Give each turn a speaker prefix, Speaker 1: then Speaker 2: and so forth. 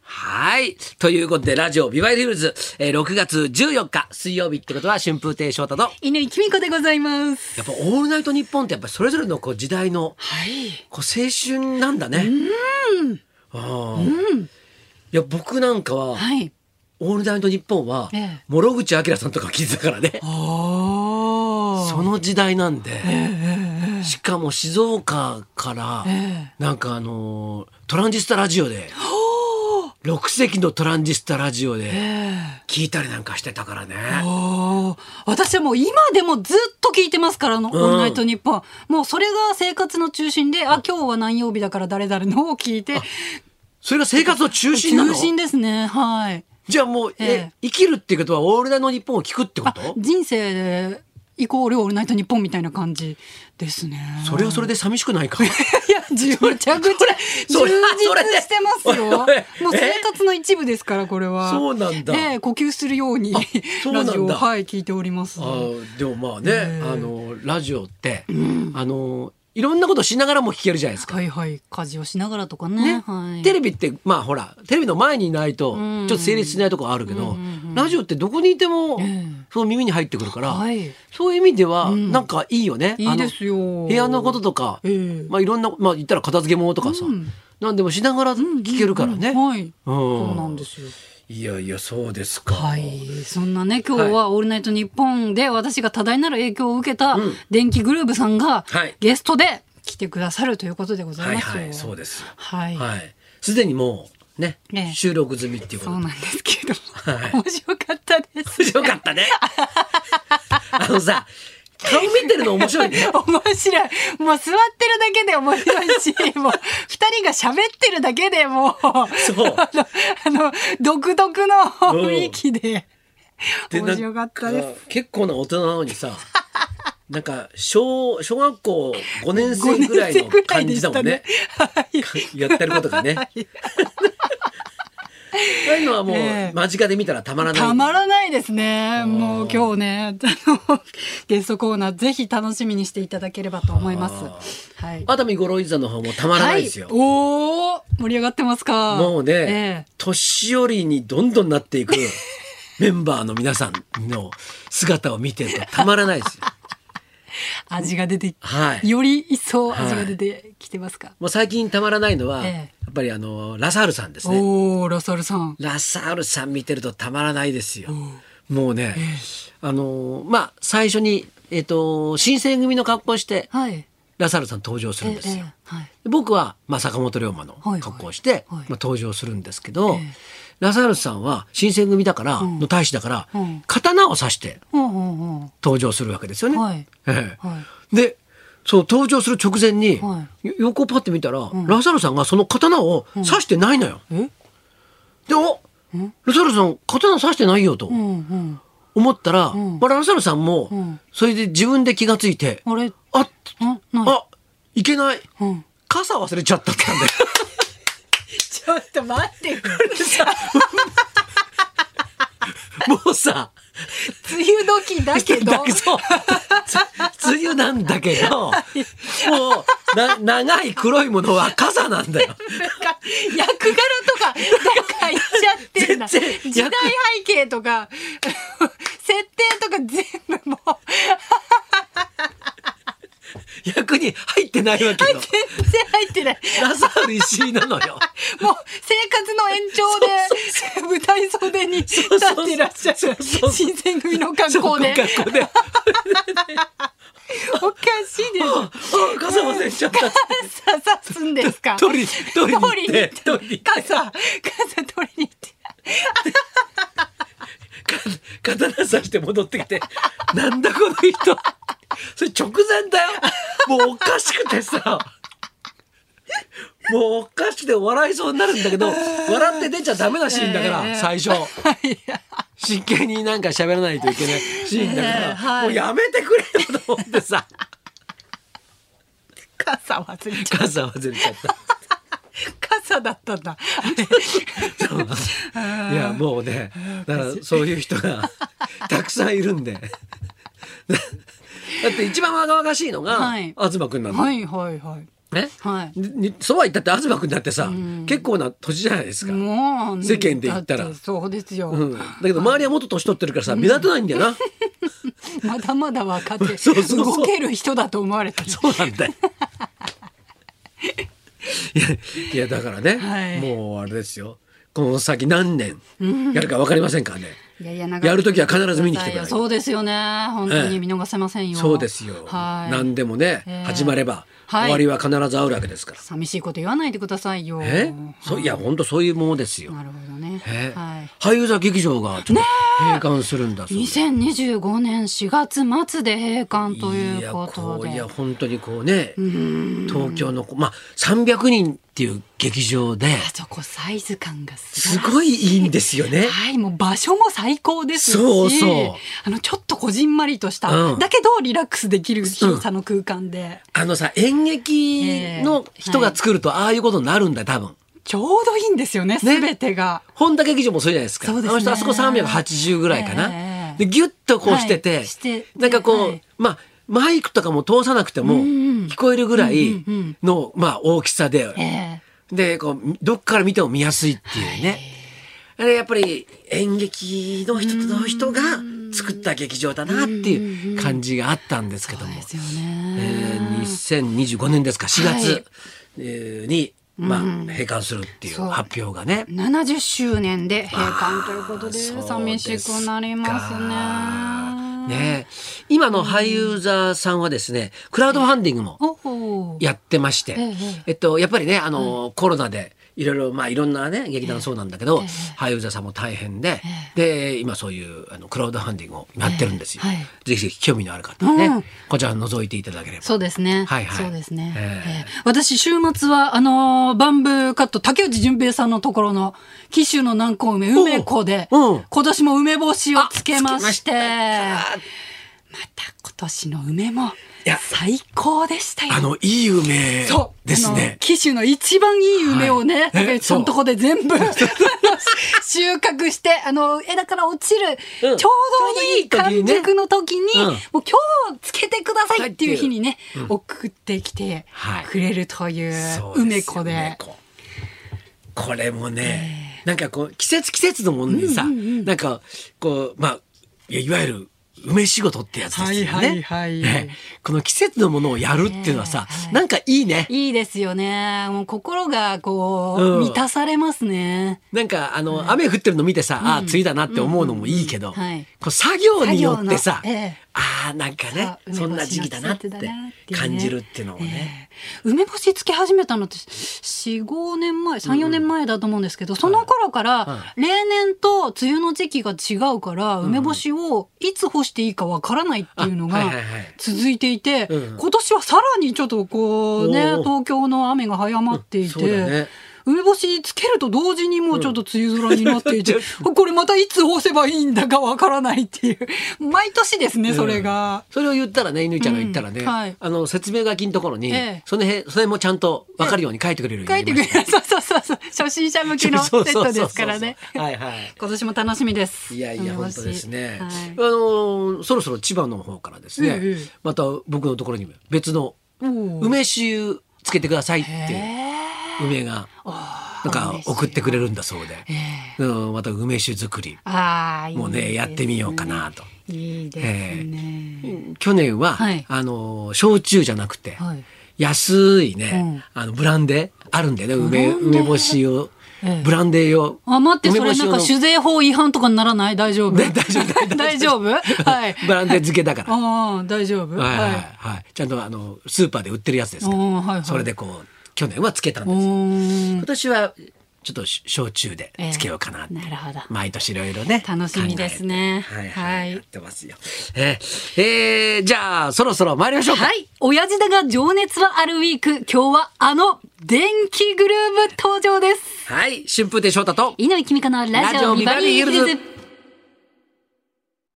Speaker 1: はい。ということで、ラジオビバリーヒルズ、えー、6月14日水曜日ってことは、春風亭昇太と、
Speaker 2: 犬井美子でございます。
Speaker 1: やっぱオールナイトニッポンってやっぱそれぞれのこう時代の
Speaker 2: はい。
Speaker 1: こう青春なんだね。うん。いや、僕なんかは、
Speaker 2: はい。
Speaker 1: オールナイトニッポンは
Speaker 2: ええ、
Speaker 1: 諸口明さんとか聞いてたからね。
Speaker 2: あ
Speaker 1: その時代なんで、しかも静岡から、
Speaker 2: え
Speaker 1: なんかあのートランジスタラジオで、6席のトランジスタラジオ
Speaker 2: え
Speaker 1: で
Speaker 2: え
Speaker 1: 聞いたりなんかしてたからね。
Speaker 2: ああ。私はもう今でもずっと聞いてますから、あの、オ
Speaker 1: ん
Speaker 2: ールナイトニッポン。もうそれが生活の中心で、あ、今日は何曜日だから誰々のを聞いて、
Speaker 1: それが生活の中心なの
Speaker 2: 中心ですね。はい。
Speaker 1: じゃあもう、え
Speaker 2: ええ
Speaker 1: 生きるっていうことはオールナイトニッポンを聞くってこ
Speaker 2: あ
Speaker 1: と、
Speaker 2: 人生で、イコールオールナイトニッポンみたいな感じですね。
Speaker 1: それはそれで寂しくないか
Speaker 2: いや、じゅめちゃくちゃ
Speaker 1: そ
Speaker 2: 充
Speaker 1: れそれ
Speaker 2: 実してます よ。
Speaker 1: おいおい
Speaker 2: もう生活の一部ですから、これは。
Speaker 1: そうなんだ
Speaker 2: ええ呼吸するように
Speaker 1: そうな
Speaker 2: ラ
Speaker 1: んだ
Speaker 2: ジオを、はい、聞いております。
Speaker 1: あ
Speaker 2: は
Speaker 1: ーでもまあね、あのラジオって、あのいろんなことしながらも聞けるじゃないですか。
Speaker 2: いはい、家事をしながらとかね。
Speaker 1: ね
Speaker 2: はい。
Speaker 1: テレビってまあほらテレビの前にいないとちょ
Speaker 2: ん
Speaker 1: っと成立しないとこあるけど、ラジオってどこにいても、
Speaker 2: ん
Speaker 1: その耳に入ってくるから、
Speaker 2: はい
Speaker 1: そういう意味では、なんかいいよね。
Speaker 2: いいですよ
Speaker 1: あの部屋のこととか、
Speaker 2: ええ
Speaker 1: まあいろんなまあ言ったら片付け物とかさ、なんでもしながら聞けるからね。
Speaker 2: うんはい。そうな
Speaker 1: う
Speaker 2: ん
Speaker 1: ん
Speaker 2: ですよ。
Speaker 1: いやいやそうですか。
Speaker 2: はい。そんなね、今日はオールナイトニッポンで私が多大なる影響を受けた電気グルーブさんが
Speaker 1: はい
Speaker 2: ゲストで来てくださるということでござ
Speaker 1: はいい
Speaker 2: ますよ。
Speaker 1: はいそうです。
Speaker 2: はい。
Speaker 1: はい。すでにもうね、
Speaker 2: ね
Speaker 1: 収録済みっていうこ
Speaker 2: そ
Speaker 1: と
Speaker 2: う
Speaker 1: で。
Speaker 2: なんですけど、
Speaker 1: はい
Speaker 2: 面白かったです。
Speaker 1: 面白かったね。 あのさ、顔見てるの面白いね。
Speaker 2: 面白い。もう座ってるだけで面白いし、もう二人が喋ってるだけでもう、
Speaker 1: そう
Speaker 2: あの、あの独特の雰囲気で、
Speaker 1: でな
Speaker 2: 面
Speaker 1: ん
Speaker 2: 白かったです。
Speaker 1: 結構な大人なのにさ、 なんか小小学校5年生ぐらいの感じだもんね。
Speaker 2: はい。
Speaker 1: やってること がね。そういうのはもう
Speaker 2: ねえ
Speaker 1: 間近で見たらたまらない。
Speaker 2: たまらないですね。もう今日ね、あの、ゲストコーナーぜひ楽しみにしていただければと思います。はい。
Speaker 1: 熱海五郎一座の方もたまらないですよ。
Speaker 2: はい、おー盛り上がってますか。
Speaker 1: もうね、
Speaker 2: ええ
Speaker 1: 年寄りにどんどんなっ ていくメンバーの皆さんの姿を見てるとたまらないですよ。
Speaker 2: 味が出て、
Speaker 1: はい
Speaker 2: より一層味が出てきてますか。
Speaker 1: もう最近たまらないのは、
Speaker 2: ええ
Speaker 1: やっぱりあの、ラサールさんですね。
Speaker 2: おおラサールさん。
Speaker 1: ラサールさん見てるとたまらないですよ。もうね、あのーまあ、最初に、えっ、と、新選組の格好して、
Speaker 2: はい。
Speaker 1: ラサールさん登場するんですよ。
Speaker 2: ええはい。
Speaker 1: 僕は、まあ、坂本龍馬の格好をして、
Speaker 2: はいはいはい
Speaker 1: まあ、登場するんですけど、
Speaker 2: ええ
Speaker 1: ラサールさんは新選組だから、
Speaker 2: ん
Speaker 1: の大使だから、
Speaker 2: うん
Speaker 1: 刀を刺して
Speaker 2: ほうほうほ
Speaker 1: 登場するわけですよね。
Speaker 2: はい
Speaker 1: ええ
Speaker 2: は
Speaker 1: でそう登場する直前に、
Speaker 2: は
Speaker 1: よ横をパッて見たら、ラサールさんがその刀を刺してないのよ。
Speaker 2: う。え？
Speaker 1: でおラサールさん刀刺してないよと
Speaker 2: うんうん。
Speaker 1: 思ったら、
Speaker 2: ん
Speaker 1: まあ、ラサールさんも、
Speaker 2: ん
Speaker 1: それで自分で気がついて、
Speaker 2: あれ？
Speaker 1: あっ
Speaker 2: なな
Speaker 1: あいけない、
Speaker 2: うん
Speaker 1: 傘忘れちゃったってんだよ。
Speaker 2: ちょっと待ってよ。
Speaker 1: もうさ
Speaker 2: 梅雨時だけ ど。
Speaker 1: だけそうつ梅雨なんだけどもうな長い黒いものは傘なんだよ
Speaker 2: なんか役柄とかどっか行っちゃってんな時
Speaker 1: 全然
Speaker 2: 代背景とか 設定とか全部 もう
Speaker 1: 役に入ってないわけよ
Speaker 2: 全然入ってない
Speaker 1: ラサール石井なのよ
Speaker 2: もう生活の延長で舞台袖に立ってらっしゃ
Speaker 1: そう
Speaker 2: る
Speaker 1: そうそう
Speaker 2: 新選組の格好で
Speaker 1: 学校であ
Speaker 2: おかしいです
Speaker 1: あ傘忘れちゃった
Speaker 2: 傘さすんで すか
Speaker 1: 取りに取りに行って
Speaker 2: 取りに行って傘傘取りに行って
Speaker 1: 刀刺して戻ってきて なんだこの人 それ直前だよもうおかしくてさ もうおかしくて笑いそうになるんだけど笑って出ちゃダメなシーンだから、
Speaker 2: えー
Speaker 1: 最初。
Speaker 2: はい
Speaker 1: 真剣になんか喋らないといけないシーンだから、
Speaker 2: ええはい
Speaker 1: もうやめてくれよと思ってさ
Speaker 2: 傘忘れちゃう
Speaker 1: 傘忘れちゃっ
Speaker 2: 傘だったん だ
Speaker 1: たいやもうねだからそういう人が たくさんいるんでだ って一番若々しいのが、
Speaker 2: はい
Speaker 1: 東君なんだ、
Speaker 2: はいはいはい
Speaker 1: ね、
Speaker 2: はい
Speaker 1: ににそうは言ったって東君だってさ、
Speaker 2: ん
Speaker 1: 結構な年じゃないですか、
Speaker 2: もう
Speaker 1: 世間で言ったら
Speaker 2: だてそうですよ、
Speaker 1: うん、だけど周りはもっと年取ってるからさ目立たないんだよな、
Speaker 2: まだまだ若手
Speaker 1: そうそうそう
Speaker 2: 動ける人だと思われてる
Speaker 1: そうなんだよいやいやだからね、
Speaker 2: はい
Speaker 1: もうあれですよこの先何年やるか分かりませんからね、
Speaker 2: いやいや長く
Speaker 1: やるときは必ず見に来てくださいよ
Speaker 2: そうですよね本当に見逃せませんよ、
Speaker 1: そうですよ、
Speaker 2: はい
Speaker 1: 何でもね、
Speaker 2: えー
Speaker 1: 始まれば、
Speaker 2: はい
Speaker 1: 終わりは必ずあるわけですから
Speaker 2: 寂しいこと言わないでくださいよ
Speaker 1: えそういや本当そういうものですよ、
Speaker 2: なるほどね
Speaker 1: え
Speaker 2: はい
Speaker 1: 俳優座劇場がちょっと閉館するんだそうです
Speaker 2: 2025年4月末で閉館ということ
Speaker 1: いやこ
Speaker 2: で
Speaker 1: ういや本当にこうね東京のこうまあ300人っていう劇場で
Speaker 2: あそこサイズ感がす
Speaker 1: す
Speaker 2: ごい
Speaker 1: ごいいいんですよ ね。
Speaker 2: はいもう場所も最高ですし
Speaker 1: そうそう
Speaker 2: あのちょっとこじんまりとした、
Speaker 1: うん
Speaker 2: だけどリラックスできる広さの空間で、
Speaker 1: あのさ演劇の人が作るとああいうことになるんだよ多分。
Speaker 2: ちょうどいいんですよねすべてが、
Speaker 1: 本田劇場もそうじゃないですか。
Speaker 2: そうですね
Speaker 1: あの人あそこ380ぐらいかな。
Speaker 2: ええ
Speaker 1: でギュッとこうしてて,、
Speaker 2: はいして
Speaker 1: なんかこう、
Speaker 2: はい
Speaker 1: まあマイクとかも通さなくても
Speaker 2: んうん
Speaker 1: 聞こえるぐらい
Speaker 2: うんうん
Speaker 1: の、まあ、大きさで、
Speaker 2: ええ
Speaker 1: でこうどっから見ても見やすいっていうね、あれやっぱり演劇の人の人が作った劇場だなっていう感じがあったんですけども、
Speaker 2: ですよ
Speaker 1: え
Speaker 2: ね、
Speaker 1: ー、2025年ですか4月、
Speaker 2: はい
Speaker 1: えーに、まあ、閉館するっていう
Speaker 2: そう
Speaker 1: 発表がね。
Speaker 2: 70周年で閉館ということで
Speaker 1: そうですか
Speaker 2: 寂しくなりますね。
Speaker 1: ねえ今の俳優座さんはですねクラウドファンディングも
Speaker 2: おほ
Speaker 1: やってまして、
Speaker 2: ええ
Speaker 1: えっと、やっぱりね、あの、コロナで、いろいろ、まあ、いろんなね、劇団そうなんだけど、俳優座さんも大変で、で、今そういう、あの、クラウドファンディングをやってるんですよ。
Speaker 2: ええはい
Speaker 1: ぜひぜひ興味のある方はね、
Speaker 2: うん
Speaker 1: こちら覗いていただければ。
Speaker 2: そうですね。
Speaker 1: はいはい
Speaker 2: そうですね。
Speaker 1: ええ
Speaker 2: ええ私、週末は、あのーバンブーカット、竹内純平さんのところの、紀州の南高梅、梅子で、
Speaker 1: うん
Speaker 2: 今年も梅干しをつけまして、ま
Speaker 1: あ
Speaker 2: た今年の梅も
Speaker 1: いや、
Speaker 2: 最高でしたよ。
Speaker 1: あの、いい梅
Speaker 2: そう
Speaker 1: です
Speaker 2: あの
Speaker 1: ね。
Speaker 2: 紀州の一番いい梅をね、
Speaker 1: はい
Speaker 2: 竹内さんのとこで 全部 あの収穫して、あの、枝から落ちる、
Speaker 1: うん
Speaker 2: ちょうどいい
Speaker 1: ちょうどいい時に
Speaker 2: 完
Speaker 1: ね
Speaker 2: 熟の時に、
Speaker 1: うん
Speaker 2: もう今日つけてくださいっていう日にね、送ってきて
Speaker 1: はい
Speaker 2: くれるという
Speaker 1: そう
Speaker 2: 梅
Speaker 1: ですよ
Speaker 2: 子で。
Speaker 1: 梅子これもね、なんかこう季節季節のものにさ、なんかこうまあいやいわゆる梅仕事ってやつですよね。
Speaker 2: はいはいはい
Speaker 1: ねこの季節のものをやるっていうのはさ、なんかいいね。
Speaker 2: いいですよね。もう心がこう、
Speaker 1: うん
Speaker 2: 満たされますね。
Speaker 1: なんかあの、雨降ってるの見てさ、ああ梅雨だなって思うのもいいけど、
Speaker 2: うんうんうんはい
Speaker 1: こう作業によってさ、
Speaker 2: 作業のええ
Speaker 1: ああなんかね
Speaker 2: そう
Speaker 1: そん
Speaker 2: 梅
Speaker 1: な
Speaker 2: 干
Speaker 1: 時
Speaker 2: しの
Speaker 1: 期だなって
Speaker 2: 季節だなっていうね
Speaker 1: 感じるっていうのをね。
Speaker 2: ええ梅干しつけ始めたのって45年前34年前だと思うんですけど、その頃から
Speaker 1: は
Speaker 2: 例年と梅雨の時期が違うから、梅干しをいつ干していいかわからないっていうの
Speaker 1: あ
Speaker 2: が
Speaker 1: はいはいはい
Speaker 2: 続いていて、
Speaker 1: うん
Speaker 2: 今年はさらにちょっとこうね
Speaker 1: おー
Speaker 2: 東京の雨が早まっていて。
Speaker 1: うんそうだね
Speaker 2: 梅干しつけると同時にもうちょっと梅雨空になっていて、これまたいつ干せばいいんだかわからないっていう毎年ですねそれが、
Speaker 1: それを言ったらね、犬ちゃんが言ったらね、
Speaker 2: うんはい
Speaker 1: あの説明書きのところに、
Speaker 2: ええ
Speaker 1: その辺、その辺もちゃんと分かるように書いてくれるように
Speaker 2: 書
Speaker 1: ない
Speaker 2: て
Speaker 1: り
Speaker 2: く
Speaker 1: ま
Speaker 2: れ
Speaker 1: した
Speaker 2: る。そうそうそうそう。初心者向けのセ
Speaker 1: そう
Speaker 2: ッ
Speaker 1: そうそ
Speaker 2: ト
Speaker 1: うそう
Speaker 2: ですからね。
Speaker 1: はいはい。
Speaker 2: 今年も楽しみです。
Speaker 1: いやいや、本当ですね。
Speaker 2: は
Speaker 1: あ
Speaker 2: い
Speaker 1: のーそろそろ千葉の方からですね、
Speaker 2: ええ
Speaker 1: また僕のところにも別の
Speaker 2: おー
Speaker 1: 梅酒つけてくださいっていう
Speaker 2: へ
Speaker 1: 梅が
Speaker 2: ー
Speaker 1: なんか送ってくれるんだそうで、
Speaker 2: え
Speaker 1: うん、また梅酒作り、
Speaker 2: ああ、いいです
Speaker 1: もうね、やってみようか。なと。
Speaker 2: いいですね。
Speaker 1: 去年は、
Speaker 2: はい
Speaker 1: あのー焼酎じゃなくて、
Speaker 2: はい
Speaker 1: 安いね、あのブランデーあるんだよね梅
Speaker 2: ブランデ
Speaker 1: 梅
Speaker 2: ー
Speaker 1: 干しを、
Speaker 2: ええ
Speaker 1: ブランデー用
Speaker 2: あ、待って、
Speaker 1: 梅
Speaker 2: それ
Speaker 1: 干し
Speaker 2: なん
Speaker 1: 用
Speaker 2: か
Speaker 1: の
Speaker 2: 酒税法違反とかにならない大丈夫
Speaker 1: ね大丈夫
Speaker 2: 大丈夫 はい。
Speaker 1: ブランデー漬けだから、は
Speaker 2: ああ、大丈夫
Speaker 1: いはいはい
Speaker 2: は
Speaker 1: ちゃんとあのスーパーで売ってるやつですから、
Speaker 2: うんはいはい
Speaker 1: それでこう去年は漬けたん
Speaker 2: い。う
Speaker 1: ですよ
Speaker 2: ーん
Speaker 1: 今年はちょっと焼酎で漬けようかなって、
Speaker 2: ええなるほど
Speaker 1: 毎年いろいろね
Speaker 2: 楽しみですね
Speaker 1: 考えてはい、はい
Speaker 2: はい
Speaker 1: やってますよ、ええええじゃあそろそろ参りましょうか、
Speaker 2: はい。親父だが情熱はあるウィーク。今日はあの電気グルーブ登場です。
Speaker 1: はい、春風亭昇太と
Speaker 2: 井上君香のラジオビバリーヒルズ。